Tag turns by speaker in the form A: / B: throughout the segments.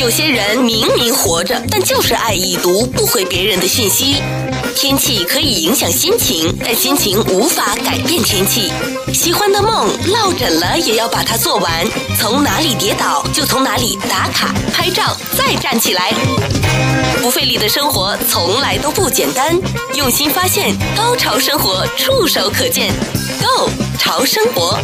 A: 有些人明明活着，但就是爱已读不回别人的讯息。天气可以影响心情，但心情无法改变天气。喜欢的梦落枕了也要把它做完，从哪里跌倒就从哪里打卡拍照，再站起来。不费力的生活从来都不简单，用心发现，高潮生活触手可见 Go 潮生活。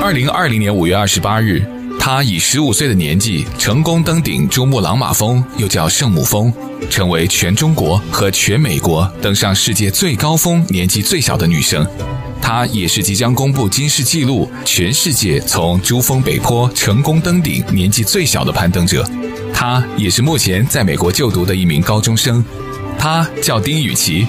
B: 二零二零年五月二十八日，他以十五岁的年纪成功登顶珠穆朗玛峰，又叫圣母峰，成为全中国和全美国登上世界最高峰年纪最小的女生。她也是即将公布金世纪录，全世界从珠峰北坡成功登顶年纪最小的攀登者。她也是目前在美国就读的一名高中生，她叫丁雨琪。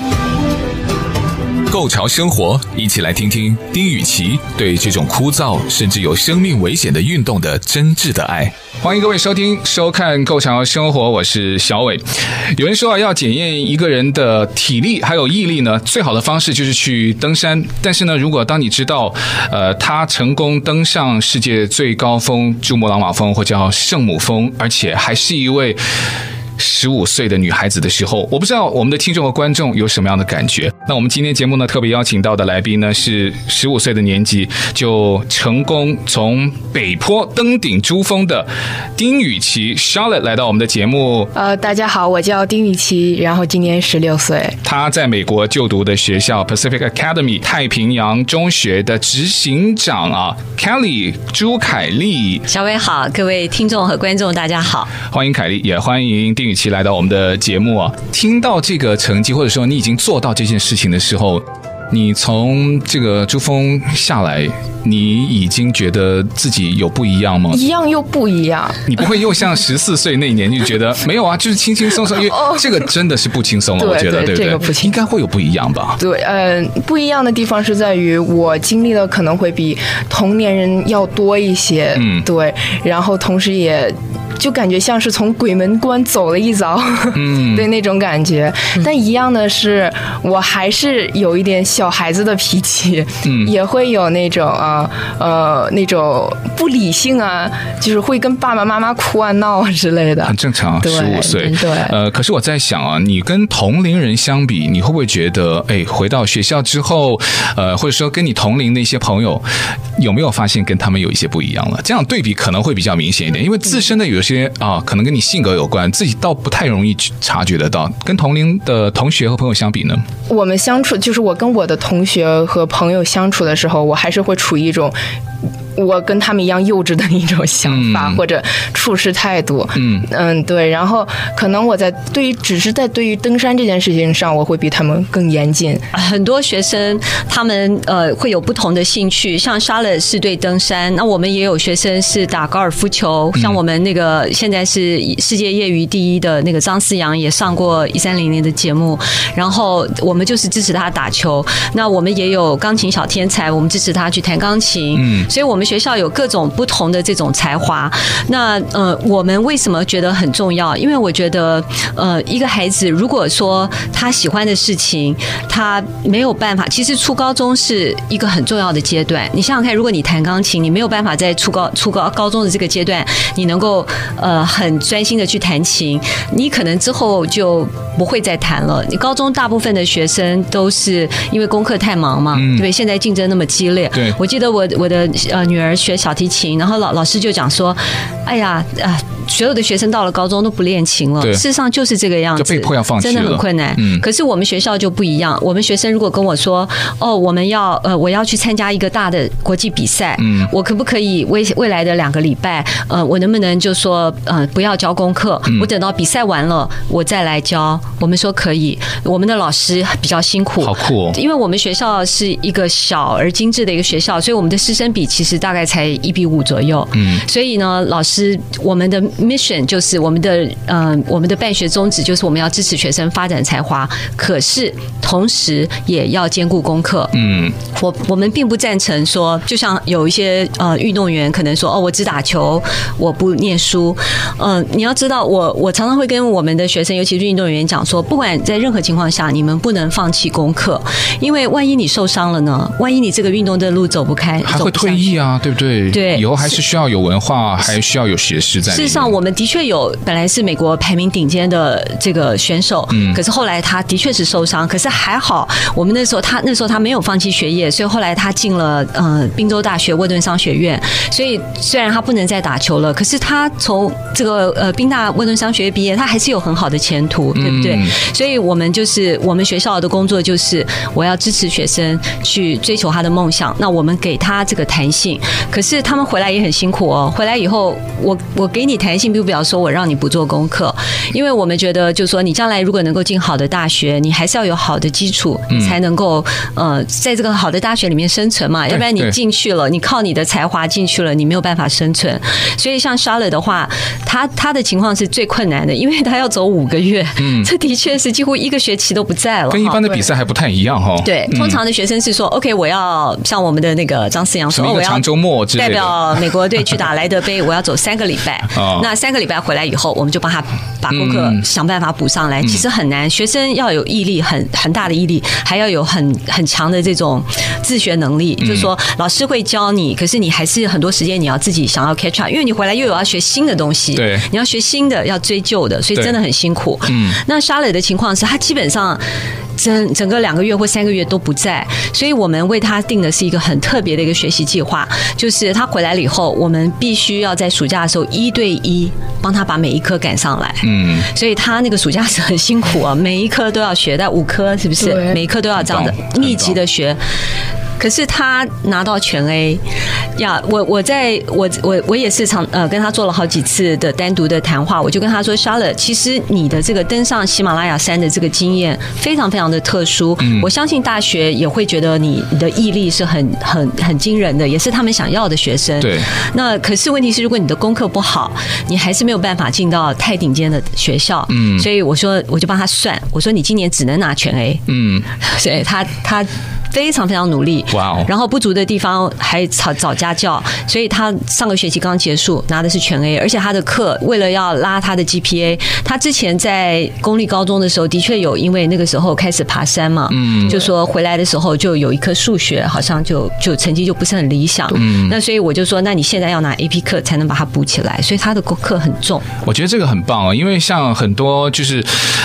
B: 购潮生活，一起来听听丁雨琪对这种枯燥甚至有生命危险的运动的真挚的爱。
C: 欢迎各位收听、收看《购潮生活》，我是小伟。有人说啊，要检验一个人的体力还有毅力呢，最好的方式就是去登山。但是呢，如果当你知道，呃，他成功登上世界最高峰——珠穆朗玛峰或叫圣母峰，而且还是一位。十五岁的女孩子的时候，我不知道我们的听众和观众有什么样的感觉。那我们今天节目呢，特别邀请到的来宾呢，是十五岁的年纪就成功从北坡登顶珠峰的丁雨琪 Charlotte 来到我们的节目。
D: 呃，大家好，我叫丁雨琪，然后今年十六岁。
C: 她在美国就读的学校 Pacific Academy 太平洋中学的执行长啊，Kelly 朱凯丽，
E: 小伟好，各位听众和观众大家好，
C: 欢迎凯丽，也欢迎丁雨琪来到我们的节目啊。听到这个成绩，或者说你已经做到这件事情的时候，你从这个珠峰下来，你已经觉得自己有不一 样吗？
D: 一样又不一样，
C: 你不会又像十四岁那年就觉得没有啊，就是轻轻 松松，因为这个真的是不轻松了，
D: 对
C: 我觉得对
D: 对
C: 不对？
D: 这个不轻
C: 应该会有不一样吧？
D: 对，呃，不一样的地方是在于我经历的可能会比同年人要多一些，
C: 嗯
D: 对，然后同时也就感觉像是从鬼门关走了一遭，嗯， 对那种感觉。但一样的是，我还是有一点小孩子的脾气，嗯，也会有那种啊呃那种不理性啊，就是会跟爸爸妈妈哭啊闹啊之类的，
C: 很正常啊，
D: 对嗯
C: 十五岁。
D: 对
E: 哎
C: 呃，可是我在想啊，你跟同龄人相比，你会不会觉得，哎，回到学校之后，呃，或者说跟你同龄的一些朋友，有没有发现跟他们有一些不一样了？这样对比可能会比较明显一点，因为自身的有些啊，可能跟你性格有关，自己倒不太容易去察觉得到。跟同龄的同学和朋友相比呢，
D: 我们相处，就是我跟我的同学和朋友相处的时候，我还是会处于一种。我跟他们一样幼稚的一种想法、
C: 嗯
D: 或者处事态度，嗯对。然后可能我在对于只是在对于登山这件事情上，我会比他们更严谨。
E: 很多学生他们呃会有不同的兴趣，像沙乐是对登山，那我们也有学生是打高尔夫球，像我们那个现在是世界业余第一的那个张思阳也上过一三零零的节目，然后我们就是支持他打球，那我们也有钢琴小天才，我们支持他去弹钢琴，
C: 嗯
E: 所以我们学校有各种不同的这种才华。那呃，我们为什么觉得很重要？因为我觉得呃，一个孩子如果说他喜欢的事情，他没有办法，其实初高中是一个很重要的阶段。你想想看，如果你弹钢琴，你没有办法在初高、初高、高中的这个阶段，你能够呃很专心的去弹琴，你可能之后就不会再弹了。你高中大部分的学生都是因为功课太忙嘛，对不对？现在竞争那么激烈，
C: 对
E: 我记得我我的呃女儿学小提琴，然后老老师就讲说，哎呀啊、所有的学生到了高中都不练琴了
C: 对，
E: 事实上就是这个样子，
C: 就被迫要放弃
E: 真的很
C: 了
E: 困难。
C: 嗯
E: 可是我们学校就不一样，我们学生如果跟我说，哦，我们要呃我要去参加一个大的国际比赛，
C: 嗯
E: 我可不可以未未来的两个礼拜，呃，我能不能就说呃不要交功课，
C: 嗯
E: 我等到比赛完了我再来交？我们说可以，我们的老师比较辛苦，
C: 好酷哦！
E: 因为我们学校是一个小而精致的一个学校，所以我们的师生比其实大概才一比五左右。
C: 嗯，
E: 所以呢，老师我们的 mission 就是我们的呃我们的办学宗旨就是我们要支持学生发展才华，可是同时也要兼顾功课。
C: 嗯，
E: 我我们并不赞成说，就像有一些呃运动员可能说哦，我只打球，我不念书。呃，你要知道，我我常常会跟我们的学生，尤其是运动员讲说，不管在任何情况下，你们不能放弃功课，因为万一你受伤了呢，万一你这个运动的路走不开，
C: 还
E: 走
C: 会
E: 不
C: 退
E: 下去
C: 役啊，对不对？
E: 对
C: 以后还是需要有文化，还需要有学识在里
E: 事
C: 面。
E: 实上，我们的确有本来是美国排名顶尖的这个选手，
C: 嗯
E: 可是后来他的确是受伤，可是还好，我们那时候他那时候他没有放弃学业，所以后来他进了呃宾州大学沃顿商学院，所以虽然他不能再打球了，可是他从这个呃宾大沃顿商学院毕业，他还是有很好的前途，对不对？
C: 嗯
E: 所以我们就是我们学校的工作就是我要支持学生去追求他的梦想，那我们给他这个弹性，可是他们回来也很辛苦哦。回来以后，我我给你弹性，并不表示说我让你不做功课，因为我们觉得，就是说你将来如果能够进好的大学，你还是要有好的基础，你才能够呃在这个好的大学里面生存嘛。要不然你
C: 对
E: 进去了，你靠你的才华进去了，你没有办法生存。所以像 s h a r l e 的话，他他的情况是最困难的，因为他要走五个月，
C: 嗯
E: 这的确是几乎一个学期都不在了哈。
C: 跟一般的比赛还不太一样哈、哦。
E: 对，
C: 嗯
E: 通常的学生是说、o k 我要像我们的那个张思阳
C: 什
E: 说，哦
C: 么一
E: 我
C: 个
E: 要
C: 长周末之类
E: 代
C: 的，
E: 表美国队去打莱德杯，我要走三个礼拜
C: 哦。
E: 那三个礼拜回来以后，我们就帮他把功课
C: 嗯
E: 想办法补上来。其实很难，学生要有毅力，很很大的毅力，还要有很很强的这种自学能力。就是说，老师会教你，可是你还是很多时间你要自己想要 catch up，因为你回来又有要学新的东西，
C: 对
E: 你要学新的，要追旧的，所以
C: 对
E: 真的很辛苦。
C: 嗯
E: 那沙磊的情况是他基本上整整个两个月或三个月都不在，所以我们为他定的是一个很特别的一个学习计划，就是他回来了以后，我们必须要在暑假的时候一对一帮他把每一科赶上来。
C: 嗯，
E: 所以他那个暑假是很辛苦啊，每一科都要学，但五科是不是？
D: 对
E: 每一科都要这样的
C: 很棒
E: 密集的学。可是他拿到全 A 呀！我我在我我我也是常呃跟他做了好几次的单独的谈话，我就跟他说 s h a r l o t 其实你的这个登上喜马拉雅山的这个经验非常非常的特殊，我相信大学也会觉得你你的毅力是很很很惊人的，也是他们想要的学生。
C: 对，
E: 那可是问题是，如果你的功课不好，你还是没有办法进到太顶尖的学校。嗯，所以我说我就帮他算，我说你今年只能拿全 A。
C: 嗯，
E: 所以他他非常非常努力。
C: 哇哦
E: 然后不足的地方还找找家教，所以他上个学期刚结束，拿的是全 A，而且他的课为了要拉他的 GPA，他之前在公立高中的时候的确有，因为那个时候开始爬山嘛，嗯，就说回来的时候就有一科数学好像就就成绩就不是很理想，嗯，那所以我就说，那你现在要拿 AP 课才能把它补起来，所以他的功课很重，
C: 我觉得这个很棒啊，因为像很多就是，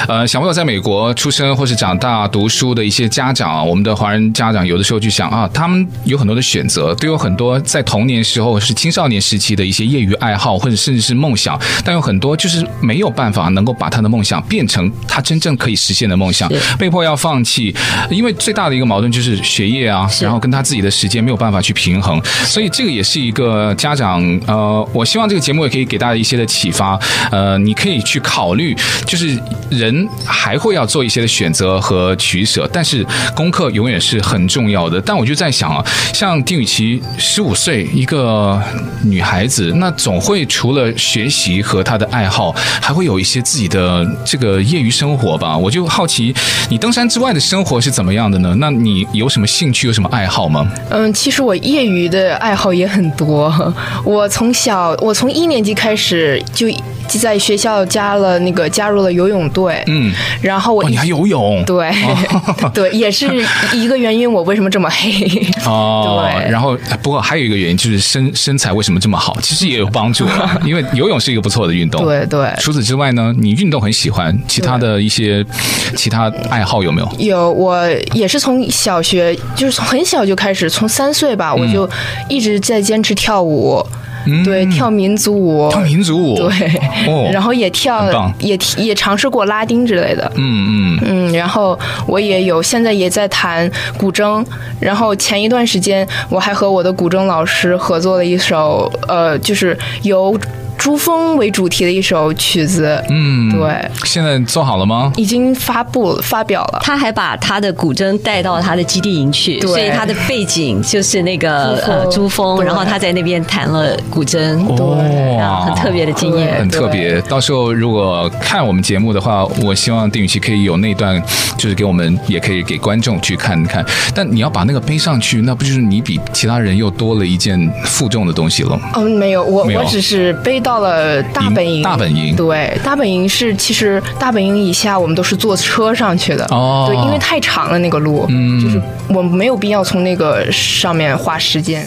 C: 呃，小朋友在美国出生或是长大读书的一些家长啊，我们的华人家长有的时候就想啊，他们有很多的选择，都有很多在童年时候是青少年时期的一些业余爱好或者甚至是梦想，但有很多就是没有办法能够把他的梦想变成他真正可以实现的梦想，
E: 是
C: 被迫要放弃，因为最大的一个矛盾就是学业啊，
E: 是
C: 然后跟他自己的时间没有办法去平衡，所以这个也是一个家长呃，我希望这个节目也可以给大家一些的启发，呃，你可以去考虑，就是人还会要做一些的选择和取舍，但是功课永远是很重要的。但我就在想啊，像丁雨琪十五岁一个女孩子，那总会除了学习和她的爱好，还会有一些自己的这个业余生活吧。我就好奇，你登山之外的生活是怎么样的呢？那你有什么兴趣，有什么爱好吗？
D: 嗯，其实我业余的爱好也很多。我从小，我从一年级开始就就在学校加了那个加入了游泳队，
C: 嗯，
D: 然后我
C: 哦，你还游泳？
D: 对、对，也是一个原因，我为什么这么黑。
C: 哦，
D: 对
C: 然后哎不过还有一个原因就是身身材为什么这么好，其实也有帮助 了，因为游泳是一个不错的运动。
D: 对对
C: 除此之外呢，你运动很喜欢，其他的一些其他爱好有没有？
D: 有，我也是从小学，就是从很小就开始，从三岁吧，
C: 嗯
D: 我就一直在坚持跳舞，对，跳民族舞，
C: 跳民族舞。
D: 对，
C: 哦，
D: 然后也跳
C: 很棒，
D: 也也尝试过拉丁之类的，
C: 嗯嗯，
D: 嗯，然后我也有，现在也在弹古筝。然后前一段时间，我还和我的古筝老师合作了一首，呃，就是由。珠峰为主题的一首曲子，
C: 嗯，
D: 对，
C: 现在做好了吗？
D: 已经发布了发表了。
E: 他还把他的古筝带到他的基地营去，
D: 对
E: 所以他的背景就是那个
D: 珠峰
E: 呃珠峰，
D: 对
E: 然后他在那边弹了古筝，
C: 对
E: 然后很特别的经验。
C: 哦很
D: 啊对
C: 特别。到时候如果看我们节目的话，我希望丁禹兮可以有那段，就是给我们，也可以给观众去看一看。但你要把那个背上去，那不就是你比其他人又多了一件负重的东西了吗？
D: 嗯，没有，我
C: 没有
D: 我只是背到了嗯大本营。
C: 营大本营
D: 对，大本营是其实大本营以下我们都是坐车上去的。
C: 哦
D: 对，因为太长了那个路，就是我没有必要从那个上面花时间。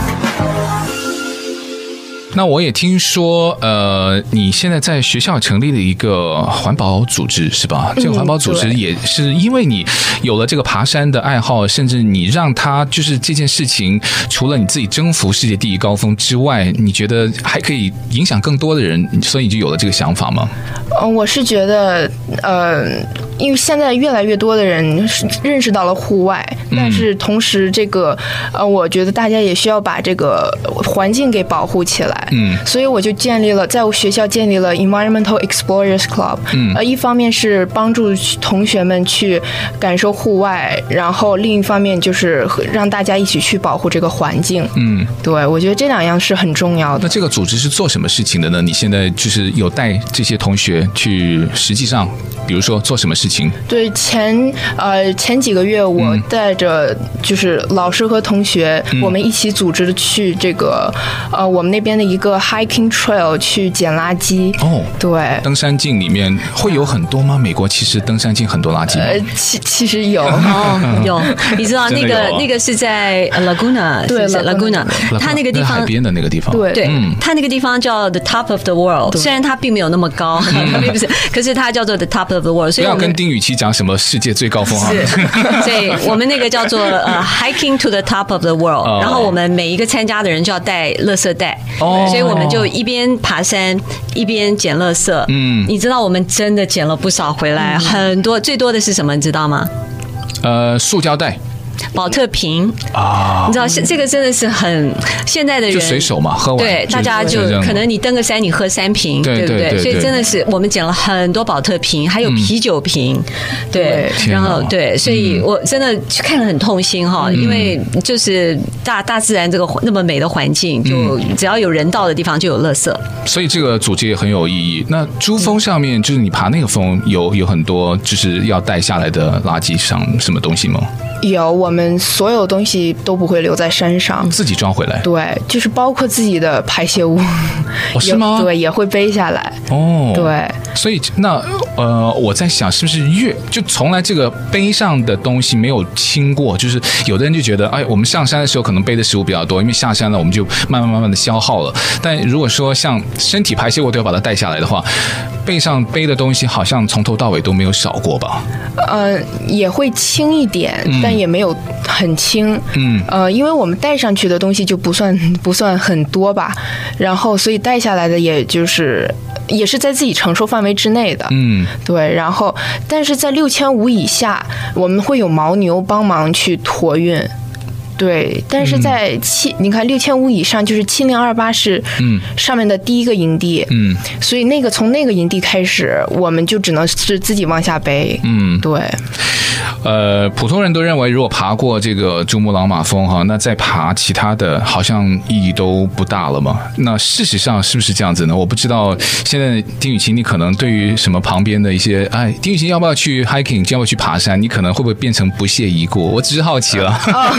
C: 那我也听说，呃，你现在在学校成立了一个环保组织，是吧？这个环保组织
D: 嗯对
C: 也是因为你有了这个爬山的爱好，甚至你让它就是这件事情，除了你自己征服世界第一高峰之外，你觉得还可以影响更多的人，所以你就有了这个想法吗？
D: 嗯，我是觉得，呃，因为现在越来越多的人是认识到了户外，
C: 嗯
D: 但是同时这个，呃，我觉得大家也需要把这个环境给保护起来。
C: 嗯
D: 所以我就建立了，在我学校建立了 Environmental Explorers Club。
C: 嗯
D: 呃，一方面是帮助同学们去感受户外，然后另一方面就是和让大家一起去保护这个环境。
C: 嗯，
D: 对，我觉得这两样是很重要的
C: 那。这个组织是做什么事情的呢？你现在就是有带这些同学去，实际上，比如说做什么事情？
D: 对前呃前几个月，我
C: 嗯
D: 带着就是老师和同学，我们一起组织去这个呃我们那边的一个 hiking trail 去捡垃圾。
C: 哦
D: 对，
C: 登山镜里面会有很多吗？美国其实登山镜很多垃圾吗
D: 呃，其其实 有，
E: 哦，有，你知道
C: 真
E: 那
C: 的有啊
E: 个那个是在呃 Laguna，
D: 对
E: 是不是
D: Laguna
E: Laguna，它那个地
C: 海
E: 方。
C: 边的那个地方，
D: 对
E: 对
C: 嗯，
E: 它那个地方叫 the top of the world，虽然它并没有那么高，
C: 嗯
E: 并不是，可 是它叫做 the top of the world，所以
C: 不
E: 我
C: 要跟
E: 们
C: 丁禹兮讲什么世界最高峰啊！
E: 所以我们那个叫做呃 hiking to the top of the world，、
C: 哦
E: 然后我们每一个参加的人就要带垃圾袋，
C: 哦
E: 所以我们就一边爬山一边捡垃圾。
C: 嗯
E: 你知道我们真的捡了不少回来，很多最多的是什么？你知道吗？
C: 呃，塑胶袋
E: 保特瓶，
C: 啊，
E: 你知道现这个真的是很现在的人
C: 就随手嘛，喝完
E: 对，大家就可能你登个山，你喝三瓶，
C: 对
E: 不
C: 对对
E: 所以
C: 对嗯
E: 真的是我们捡了很多保特瓶，还有啤酒瓶，对，
C: 天
E: 然
C: 哪嗯
E: 后对，所以我真的去看了很痛心哈，因为就是大大自然这个环那么美的环境，就
C: 嗯
E: 只要有人到的地方就有垃圾。
C: 所以这个组织也很有意义。那珠峰上面就是你爬那个峰，有有很多就是要带下来的垃圾上什么东西吗？
D: 有，我们所有东西都不会留在山上。
C: 自己装回来
D: 对，就是包括自己的排泄物，
C: 哦？是 吗？
D: 也对，也会背下来。
C: 哦，
D: 对，
C: 所以那呃，我在想是不是越就从来这个背上的东西没有轻过，就是有的人就觉得，哎，我们上山的时候可能背的食物比较多，因为下山了我们就慢慢慢慢的消耗了。但如果说像身体排泄物都要把它带下来的话，背上背的东西好像从头到尾都没有少过吧？
D: 呃，也会轻一点，但也没有很轻。
C: 嗯
D: 呃，因为我们带上去的东西就不算不算很多吧，然后所以带下来的也就是也是在自己承受范围之内的。
C: 嗯，
D: 对，然后但是在六千五以下，我们会有牦牛帮忙去驮运。对，但是在七，你看六千五以上就是七零二八是
C: 嗯
D: 上面的第一个营地，
C: 嗯
D: 所以那个从那个营地开始，我们就只能是自己往下背。
C: 嗯
D: 对，
C: 呃，普通人都认为，如果爬过这个珠穆朗玛峰哈，那再爬其他的好像意义都不大了嘛。那事实上是不是这样子呢？我不知道。现在丁雨晴，你可能对于什么旁边的一些，哎，丁雨晴要不要去 hiking，要不要去爬山，你可能会不会变成不屑一顾？我只是好奇了。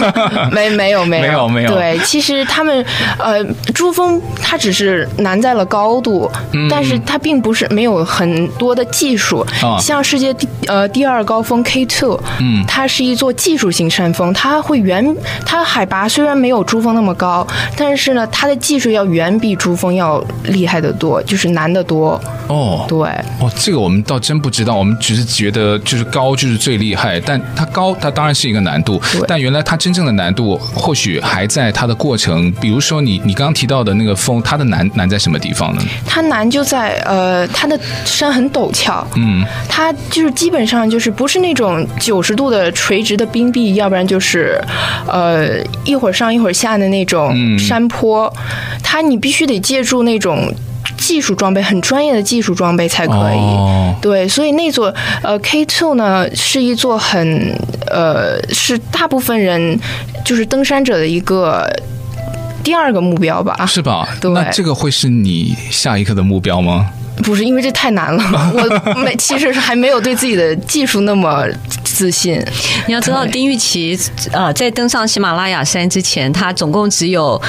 D: 没没有没有
C: 没有没有
D: 对，其实他们呃，珠峰它只是难在了高度，
C: 嗯
D: 但是它并不是没有很多的技术。
C: 啊
D: 像世界第呃第二高峰 K two，
C: 嗯
D: 它是一座技术型山峰，它会远它海拔虽然没有珠峰那么高，但是呢，它的技术要远比珠峰要厉害得多，就是难得多。
C: 哦，
D: 对，
C: 哦，这个我们倒真不知道，我们只是觉得就是高就是最厉害，但它高它当然是一个难度
D: 对，
C: 但原来它真正的难度或许还在它的过程。比如说你你刚刚提到的那个风，它的难难在什么地方呢？
D: 它难就在呃，它的山很陡峭，
C: 嗯，
D: 它就是基本上就是不是那种九十度的垂直的冰壁，要不然就是呃一会儿上一会儿下的那
C: 嗯
D: 种山坡，它你必须得借助那种。技术装备很专业的技术装备才可以，
C: 哦
D: 对，所以那座呃 K two 呢是一座很呃是大部分人就是登山者的一个第二个目标吧，
C: 是吧？
D: 对
C: 那这个会是你下一刻的目标吗？
D: 不是因为这太 难了，我没其实是还没有对自己的技术那么自信。
E: 你要知道，丁玉琪呃，在登上喜马拉雅山之前，他总共只有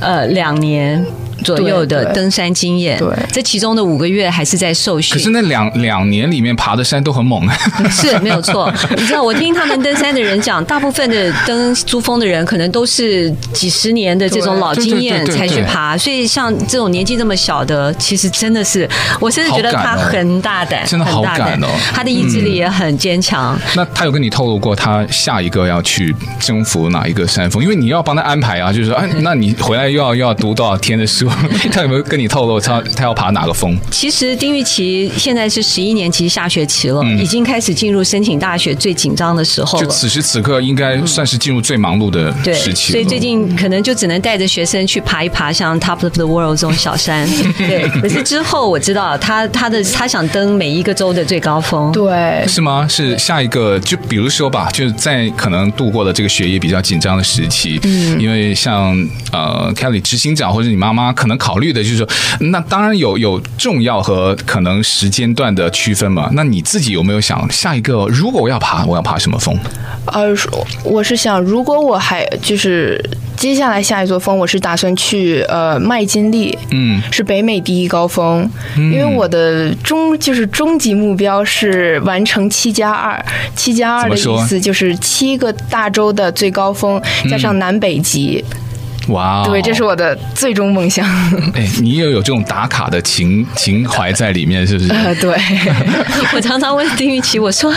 E: 呃两年左右
D: 对
E: 的
D: 对
E: 登山经验。
D: 对
E: 这其中的五个月还是在受训。
C: 可是那两两年里面爬的山都很猛，
E: 是没有错。你知道，我听他们登山的人讲，大部分的登珠峰的人，可能都是几十年的这种老经验
C: 对对对对
E: 才
C: 对
E: 去爬，所以像这种年纪这么小的，其实真的是，我甚至觉得
C: 好
E: 他
C: 敢哦
E: 很大胆，
C: 真的好
E: 很大胆
C: 敢哦
E: 他的意志力也很坚强。
C: 那他有跟你透露过他下一个要去征服哪一个山峰？因为你要帮他安排啊，就是说，哎，那你回来又要又要读多少天的书？ 他有没有跟你透露他他要爬哪个峰？
E: 其实丁玉琪现在是十一年级下学期
C: 嗯
E: 了，已经开始进入申请大学最紧张的时候
C: 就
E: 了。
C: 此时此刻应该算是进入最忙碌的
E: 对，
C: 时期了。
E: 所以最近可能就只能带着学生去爬一爬像 Top of the World 这种小山。对，可是之后我知道他他的他想登每一个州的最高峰。
D: 对，
C: 是吗？是下一个，就比如说吧，就是在可能度过了这个学业比较紧张的时期，嗯，因为像呃 Kelly 执行长或者你妈妈可能考虑的就是说，那当然有有重要和可能时间段的区分嘛。那你自己有没有想下一个，如果我要爬，我要爬什么峰？
D: 呃，我是想，如果我还就是接下来下一座峰，我是打算去呃麦金利，
C: 嗯，
D: 是北美第一高峰，因为我的终就是终极目标是完成七加二，七加二的
C: 怎么
D: 意
C: 说
D: 思就是七个大洲的最高峰加上南北极，
C: 嗯哇、哦，
D: 对，这是我的最终 梦想。
C: 哎，你也有这种打卡的情情怀在里面，是不是？
D: 呃，对。
E: 我常常问丁玉琪，我说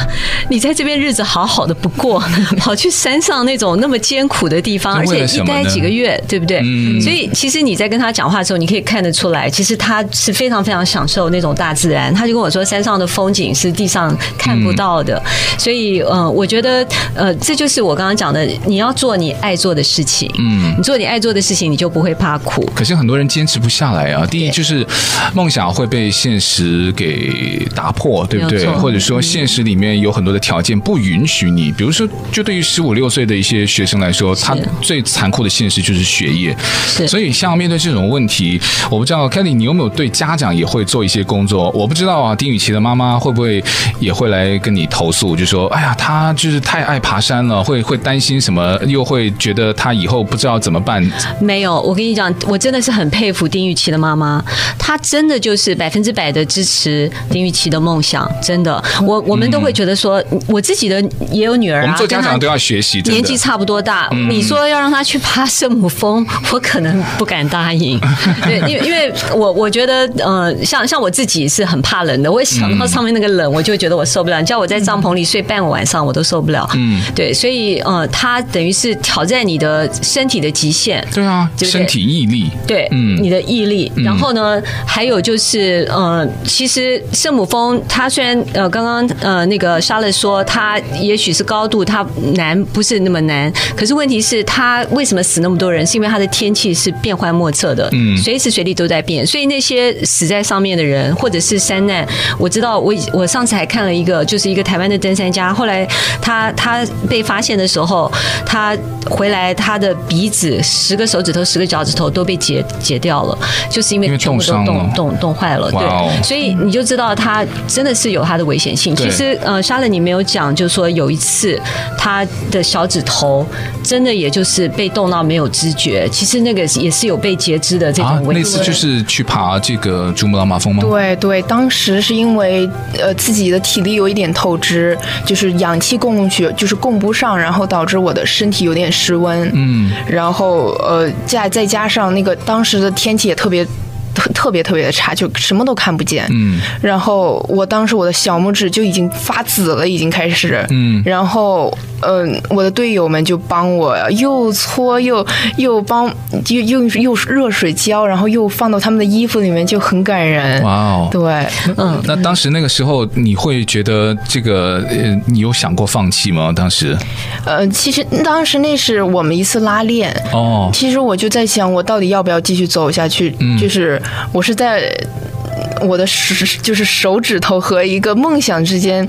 E: 你在这边日子好好的不过， 跑去山上那种那么艰苦的地方，而
C: 这为
E: 且
C: 了
E: 一
C: 什么呢
E: 待几个月，对不对？
C: 嗯
E: 所以其实你在跟他讲话的时候，你可以看得出来，其实他是非常非常享受那种大自然。他就跟我说，山上的风景是地上看不到的，
C: 嗯
E: 所以呃，我觉得呃，这就是我刚刚讲的，你要做你爱做的事情，嗯，你做你爱做的事情，你就不会怕苦。
C: 可是很多人坚持不下来啊。第一就是梦想会被现实给打破，对不
E: 没
C: 对
E: 有？错
C: 或者说现实里面有很多的条件不允许你，比如说，就对于十五六岁的一些学生来说，他最残酷的现实就是学业。
E: 是
C: 所以像面对这种问题，我不知道 Kelly 你有没有对家长也会做一些工作？我不知道啊，丁雨琪的妈妈会不会也会来跟你投诉，就说哎呀，她就是太爱爬山了，会会担心什么，又会觉得她以后不知道怎么办。
E: 没有，我跟你讲，我真的是很佩服丁玉琪的妈妈，她真的就是百分之百的支持丁玉琪的梦想，真的。我我们都会觉得说，我自己的也有女儿啊，
C: 嗯我们做家
E: 跟她
C: 长都要学习，真的嗯
E: 年纪差不多大，你说要让他去爬圣母峰，我可能不敢答 应。对，因为因为我我觉得，呃，像像我自己是很怕冷的，我一
C: 嗯
E: 想到上面那个冷，我就觉得我受不了。你叫我在帐篷里睡半个晚上，我都受不了。嗯，对，所以呃，他等于是挑战你的身体的极限。
C: 对啊，
E: 对不对
C: 身体毅力，
E: 对，
C: 嗯
E: 你的毅力。然后呢，还有就是，呃，其实圣母峰它虽然呃，刚刚呃那个莎乐说它也许是高度它难不是那么难，可是问题是它为什么死那么多人？是因为它的天气是变幻莫测的，
C: 嗯
E: 随时随地都在变。所以那些死在上面的人，或者是山难，我知道我以我上次还看了一个，就是一个台湾的登山家，后来他他被发现的时候，他回来他的鼻子十个手指头、十个脚趾头都被截截掉了，就是因
C: 因为
E: 为全部都
C: 冻伤
E: 冻
C: 了
E: 冻冻坏了。
C: 哇哦
E: 对，所以你就知道他真的是有他的危险性。
C: 对
E: 其实呃，莎乐你没有讲，就是说有一次他的小指头真的也就是被冻到没有知觉，其实那个也是有被截肢的这
C: 啊
E: 种，危
C: 那
E: 险。
C: 次就是去爬这个珠穆朗玛峰吗？
D: 对对，当时是因为呃自己的体力有一点透支，就是氧气供血就是供不上，然后导致我的身体有点失温。嗯，然后呃再再加上那个当时的天气也特别。特特别特别的差，就什么都看不见。
C: 嗯，
D: 然后我当时我的小拇指就已经发紫了，已经开始。
C: 嗯
D: 然后嗯、我的队友们就帮我又搓又又帮又又又热水浇，然后又放到他们的衣服里面，就很感人。
C: 哇哦，
D: 对，
E: 嗯，
C: 那当时那个时候，你会觉得这个呃，你有想过放弃吗？当时
D: 呃，其实当时那是我们一次拉练。
C: 哦，
D: 其实我就在想，我到底要不要继续走下去？
C: 嗯
D: 就是我是在我的手，就是手指头和一个梦想之间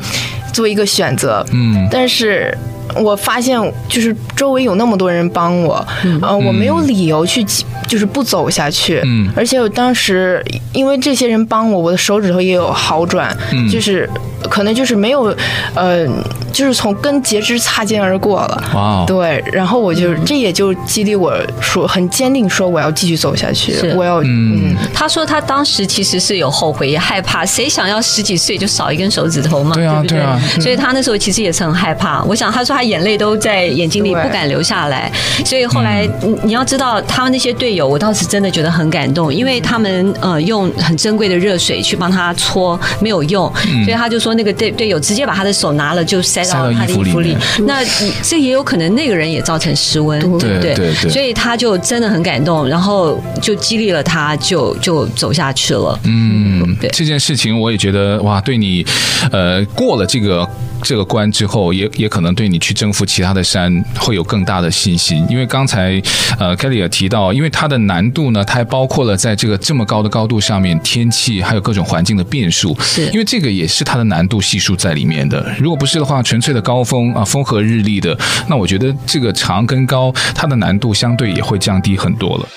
D: 做一个选择。
C: 嗯
D: 但是我发现，就是周围有那么多人帮我，嗯、呃，我没有理由去就是不走下去。
C: 嗯
D: 而且我当时因为这些人帮我，我的手指头也有好转，
C: 嗯
D: 就是可能就是没有，呃，就是从跟截肢擦肩而过了。
C: 哇哦，嗯
D: 对，然后我就、这也就激励我说很坚定说我要继续走下去
E: 是，
D: 我要
C: 嗯
D: 嗯
E: 他说他当时其实是有后悔，也害怕。谁想要十几岁就少一根手指头嘛？
C: 对啊
E: 不对
C: 对啊
E: 所以他那时候其实也是很害怕。我想他说他眼泪都在眼睛里
D: 对
E: 不敢流下来。所以后来、
C: 嗯
E: 你你要知道，他们那些队友，我倒是真的觉得很感动，因为他们呃用很珍贵的热水去帮他搓没有用，所以他就说那个队队友直接把他的手拿了就塞
C: 嗯塞
E: 到
C: 到
E: 他的
C: 衣服
E: 衣服
C: 里
E: 里
C: 面。
E: 那你这也有可能那个人也造成失温，对不
C: 对对对
E: 所以他就真的很感动，然后就激励了他，就就走下去了。
C: 嗯
E: 对，
C: 这件事情我也觉得哇，对你，呃，过了这个这个关之后，也也可能对你去征服其他的山会有更大的信心。因为刚才呃，Kelly 也提到，因为它的难度呢，它还包括了在这个这么高的高度上面，天气还有各种环境的变数，
E: 是
C: 因为这个也是它的难度系数在里面的。如果不是的话，纯粹的高峰啊，风和日丽的，那我觉得这个长跟高，它的难度相对也会降低很多了。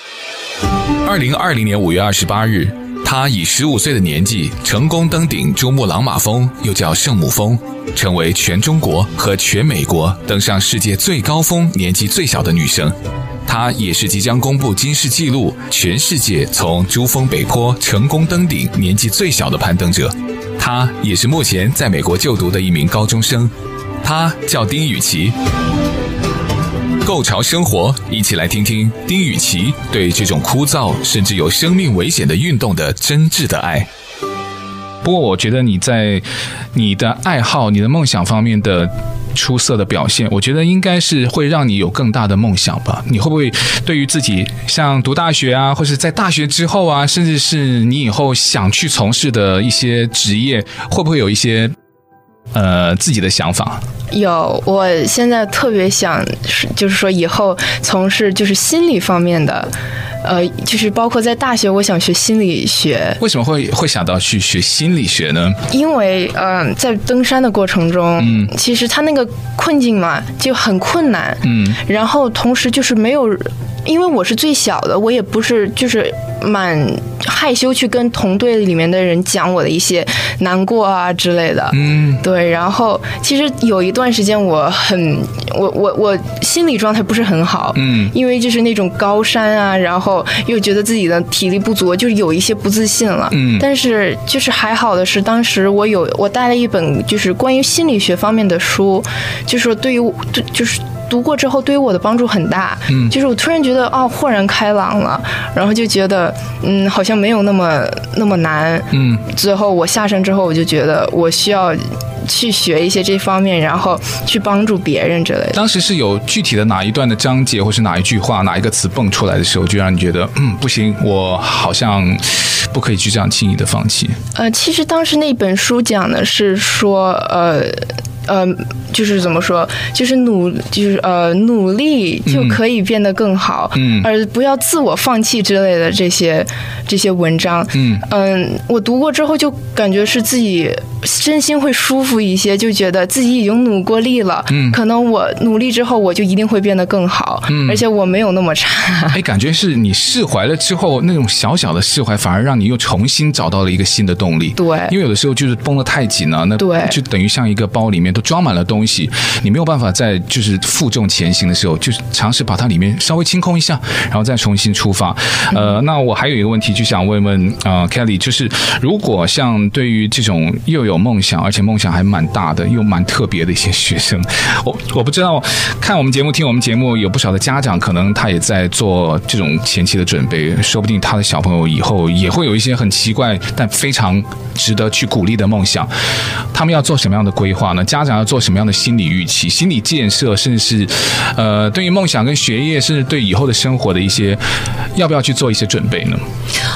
B: 二零二零年五月二十八日，他以十五岁的年纪成功登顶珠穆朗玛峰，又叫圣母峰，成为全中国和全美国登上世界最高峰年纪最小的女生。她也是即将公布金世纪录，全世界从珠峰北坡成功登顶年纪最小的攀登者。她也是目前在美国就读的一名高中生，她叫丁雨琪。购潮生活，一起来听听丁雨琪对这种枯燥甚至有生命危险的运动的真挚的爱。
C: 不过，我觉得你在你的爱好、你的梦想方面的出色的表现，我觉得应该是会让你有更大的梦想吧。你会不会对于自己像读大学啊，或是在大学之后啊，甚至是你以后想去从事的一些职业，会不会有一些呃自己的想法？
D: 有，我现在特别想是，就是说以后从事就是心理方面的，呃，就是包括在大学，我想学心理学，
C: 为什么会会想到去学心理学呢？
D: 因为嗯、呃在登山的过程中，
C: 嗯
D: 其实它那个困境嘛就很困难，
C: 嗯，
D: 然后同时就是没有，因为我是最小的，我也不是就是蛮害羞去跟同队里面的人讲我的一些难过啊之类的，
C: 嗯，
D: 对，然后其实有一段时间我很，我我我心理状态不是很好，
C: 嗯
D: 因为就是那种高山啊，然后又觉得自己的体力不足，就是有一些不自信了，
C: 嗯
D: 但是就是还好的是，当时我有我带了一本就是关于心理学方面的书，就是说对于我对就是。读过之后，对于我的帮助很大。嗯，就是我突然觉得，哦，豁然开朗了，然后就觉得，嗯，好像没有那么那么难。
C: 嗯，
D: 最后我下山之后，我就觉得我需要去学一些这方面，然后去帮助别人之类的。
C: 当时是有具体的哪一段的章节，或是哪一句话、哪一个词蹦出来的时候，就让你觉得，嗯，不行，我好像不可以去这样轻易的放弃。
D: 呃，其实当时那本书讲的是说，呃。呃，就是怎么说，就是努，就是呃，努力就可以变得更好，
C: 嗯
D: 而不要自我放弃之类的这些这些文章，
C: 嗯
D: 嗯，我读过之后就感觉是自己身心会舒服一些，就觉得自己已经努过力了，
C: 嗯
D: 可能我努力之后我就一定会变得更好，
C: 嗯
D: 而且我没有那么差，
C: 哎，感觉是你释怀了之后，那种小小的释怀，反而让你又重新找到了一个新的动力。
D: 对
C: 因为有的时候就是绷得太紧了，那
D: 对
C: 就等于像一个包里面面都装满了东西，你没有办法在就是负重前行的时候，就是尝试把它里面稍微清空一下，然后再重新出发。呃，那我还有一个问题就想问问啊、呃、，Kelly，就是如果像对于这种又有梦想，而且梦想还蛮大的，又蛮特别的一些学生，我我不知道看我们节目、听我们节目有不少的家长，可能他也在做这种前期的准备，说不定他的小朋友以后也会有一些很奇怪但非常值得去鼓励的梦想。他们要做什么样的规划呢？家长要做什么样的心理预期、心理建设，甚至是呃，对于梦想跟学业，甚至对以后的生活的一些，呃要不要去做一些准备呢？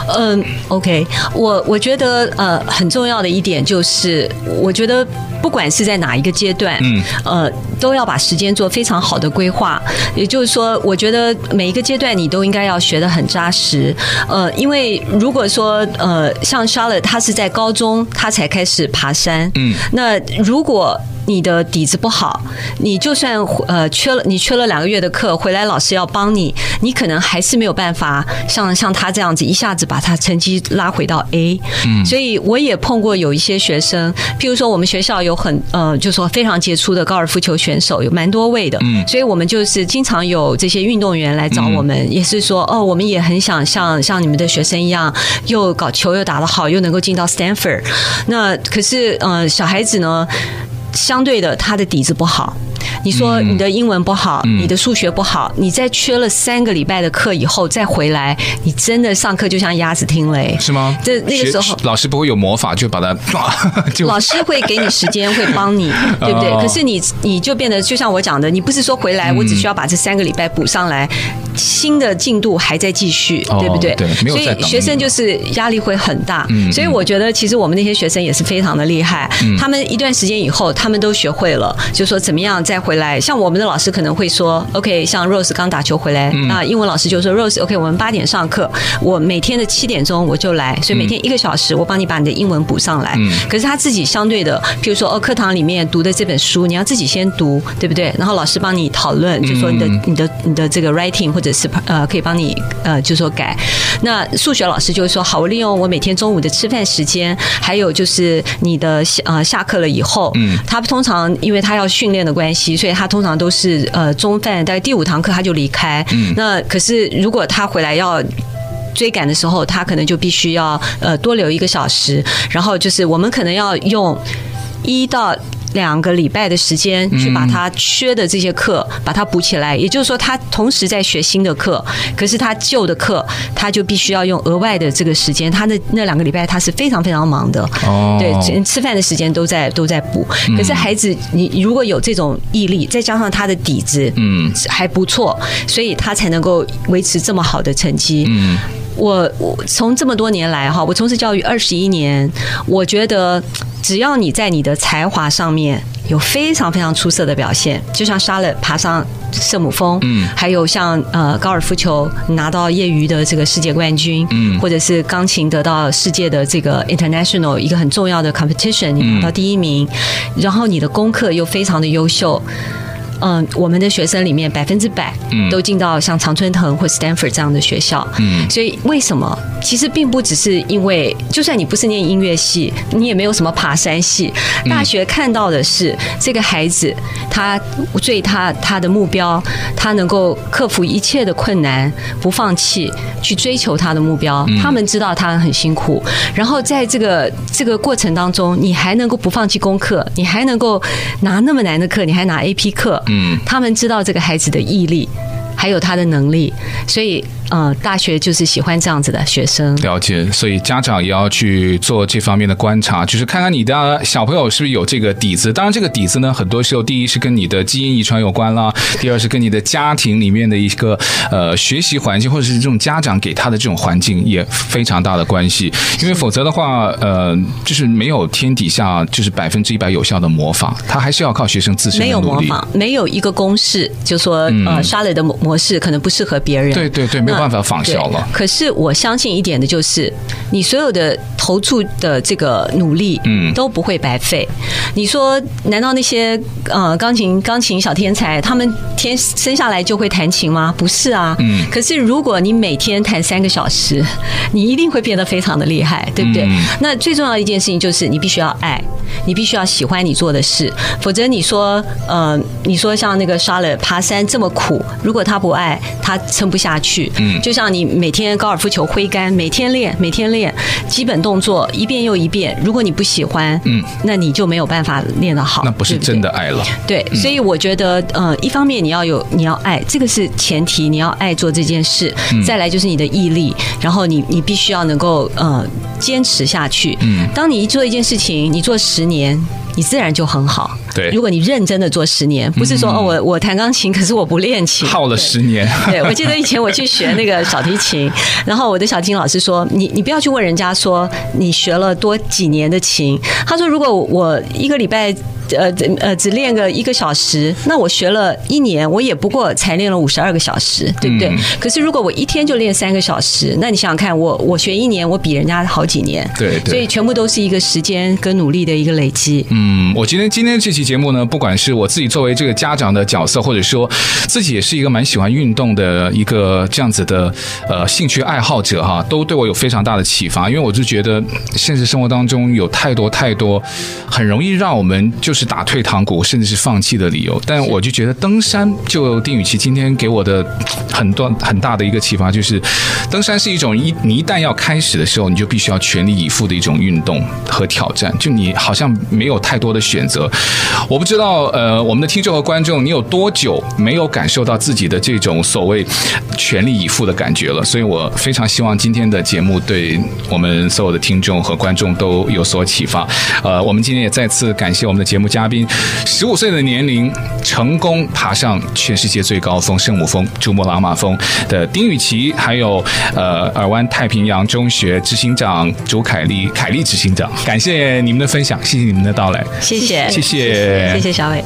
E: 嗯，OK，我我觉得呃很重要的一点就是，我觉得不管是在哪一个阶段，
C: 嗯，
E: 呃，都要把时间做非常好的规划。也就是说，我觉得每一个阶段你都应该要学得很扎实。呃，因为如果说呃像 Charlotte 她是在高中她才开始爬山，
C: 嗯，
E: 那如果你的底子不好，你就算呃缺了你缺了两个月的课，回来老师要帮你，你可能还是没有办法像像他这样子一下子把他成绩拉回到 A。嗯，所以我也碰过有一些学生，譬如说我们学校有很呃，就说非常杰出的高尔夫球选手，有蛮多位的。嗯，所以我们就是经常有这些运动员来找我们，也是说哦，我们也很想像像你们的学生一样，又搞球又打得好，又能够进到 Stanford。那可是呃，小孩子呢？相对的，他的底子不好。你说
C: 嗯
E: 你的英文不好，你的数学不好，你在缺了三个礼拜的课以后再回来，你真的上课就像鸭子听雷，
C: 是吗？
E: 这那个
C: 学
E: 时候。
C: 老师不会有魔法就把它 就
E: 老师会给你时间，会帮 你，对不对？
C: 哦
E: 可是你你就变得就像我讲的，你不是说回来，我只需要把这三个礼拜补上来，新的进度还在继续，
C: 哦
E: 对不对？
C: 对没有
E: 所
C: 在等嗯
E: 以学生就是压力会很大。所以我觉得其实我们那些学生也是非常的厉害，他们一段时间以后，他们都学会了，就说怎么样再回来。像我们的老师可能会说，OK，像 Rose 刚打球回来，
C: 嗯
E: 那英文老师就说 Rose，OK，、我们八点上课，我每天的七点钟我就来，所以每天
C: 嗯
E: 一个小时，我帮你把你的英文补上来。可是他自己相对的，譬如说哦，课堂里面读的这本书，你要自己先读，对不对？然后老师帮你讨论，就说你的、你的你的这个 writing 或者是呃，可以帮你呃，就说改。那数学老师就会说，好，我利用我每天中午的吃饭时间，还有就是你的下呃下课了以后，嗯，他通常因为他要训练的关系，所以他通常都是呃中饭大概第五堂课他就离开。嗯，那可是如果他回来要。追赶的时候，他可能就必须要呃多留一个小时，然后就是我们可能要用一到。两个礼拜的时间去把他缺的这些课把它补起来，也就是说，他同时在学新的课，可是他旧的课他就必须要用额外的这个时间，他的那两个礼拜他是非常非常忙的。
C: 哦
E: 对，只吃饭的时间都在都在补。可是孩子，你如果有这种毅力，再加上他的底子，嗯，还不错，所以他才能够维持这么好的成绩。嗯，我我从这么多年来哈，我从事教育二十一年，我觉得只要你在你的才华上面。有非常非常出色的表现，就像沙勒爬上圣母峰，嗯，还有像呃高尔夫球拿到业余的这个世界冠军，嗯，或者是钢琴得到世界的这个 international 一个很重要的 competition，你拿到第一名，然后你的功课又非常的优秀。嗯，我们的学生里面百分之百都进到像常春藤或 Stanford 这样的学校，嗯，所以为什么？其实并不只是因为，就算你不是念音乐系，你也没有什么爬山系。大学看到的是这个孩子，他对他他的目标，他能够克服一切的困难，不放弃，去追求他的目标。
C: 嗯
E: 他们知道他很辛苦，然后在这个这个过程当中，你还能够不放弃功课，你还能够拿那么难的课，你还拿 AP 课，嗯，他们知道这个孩子的毅力。还有他的能力，所以呃，大学就是喜欢这样子的学生。
C: 了解，所以家长也要去做这方面的观察，就是看看你的小朋友是不是有这个底子。当然，这个底子呢，很多时候第一是跟你的基因遗传有关啦，第二是跟你的家庭里面的一个呃学习环境，或者是这种家长给他的这种环境也非常大的关系。因为否则的话，呃，就是没有天底下就是百分之一百有效的魔法，他还是要靠学生自身的
E: 没有
C: 努
E: 模
C: 力。嗯
E: 仿，没有一个公式，就说、呃，沙雷的模模式可能不适合别人。
C: 对对对，没有
E: 那
C: 办法仿效了。
E: 对可是我相信一点的就是，你所有的投注的这个努力，嗯，都不会白费。你说，难道那些呃钢琴钢琴小天才，他们天生下来就会弹琴吗？不是啊，嗯。可是如果你每天弹三个小时，嗯你一定会变得非常的厉害，对不对？那最重要的一件事情就是，你必须要爱。你必须要喜欢你做的事，否则你说呃，你说像那个沙勒爬山这么苦，如果他不爱，他撑不下去。嗯，就像你每天高尔夫球挥杆，每天练，每天练，基本动作一遍又一遍，如果你不喜欢，嗯，那你就没有办法练得好，
C: 那不是
E: 对对
C: 真的爱了。
E: 对，所以我觉得，呃，一方面你要有你要爱，这个是前提，你要爱做这件事。再来就是你的毅力，然后你你必须要能够呃坚持下去。嗯，当你做一件事情，你做十年。你自然就很好。
C: 对
E: 如果你认真的做十年，不是说、哦，我我弹钢琴，可是我不练琴，
C: 耗了十 年，
E: 对，我记得以前我去学那个小提琴，然后我的小提琴老师说：“你你不要去问人家说你学了多几年的琴。”他说：“如果我一个礼拜。”呃呃，只练个一个小时，那我学了一年，我也不过才练了五十二个小时，对不对？
C: 嗯
E: 可是如果我一天就练三个小时，那你想想看，我我学一年，我比人家好几年，
C: 对对
E: 所以全部都是一个时间跟努力的一个累积。
C: 嗯，我今天今天这期节目呢，不管是我自己作为这个家长的角色，或者说自己也是一个蛮喜欢运动的一个这样子的呃兴趣爱好者哈，都对我有非常大的启发。因为我就觉得现实生活当中有太多太多很容易让我们就是打退堂鼓，甚至是放弃的理由。但我就觉得登山，就丁雨琪今天给我的很多很大的一个启发，就是登山是一种一你一旦要开始的时候，你就必须要全力以赴的一种运动和挑战。就你好像没有太多的选择。我不知道，呃，我们的听众和观众，你有多久没有感受到自己的这种所谓全力以赴的感觉了？所以我非常希望今天的节目对我们所有的听众和观众都有所启发。呃，我们今天也再次感谢我们的节目嘉宾，十五岁的年龄成功爬上全世界最高峰圣母峰珠穆朗玛峰的丁雨琪，还有呃尔湾太平洋中学执行长朱凯丽，凯丽执行长，感谢你们的分享，谢谢你们的到来。
E: 谢谢，
C: 谢谢
E: 谢谢小伟。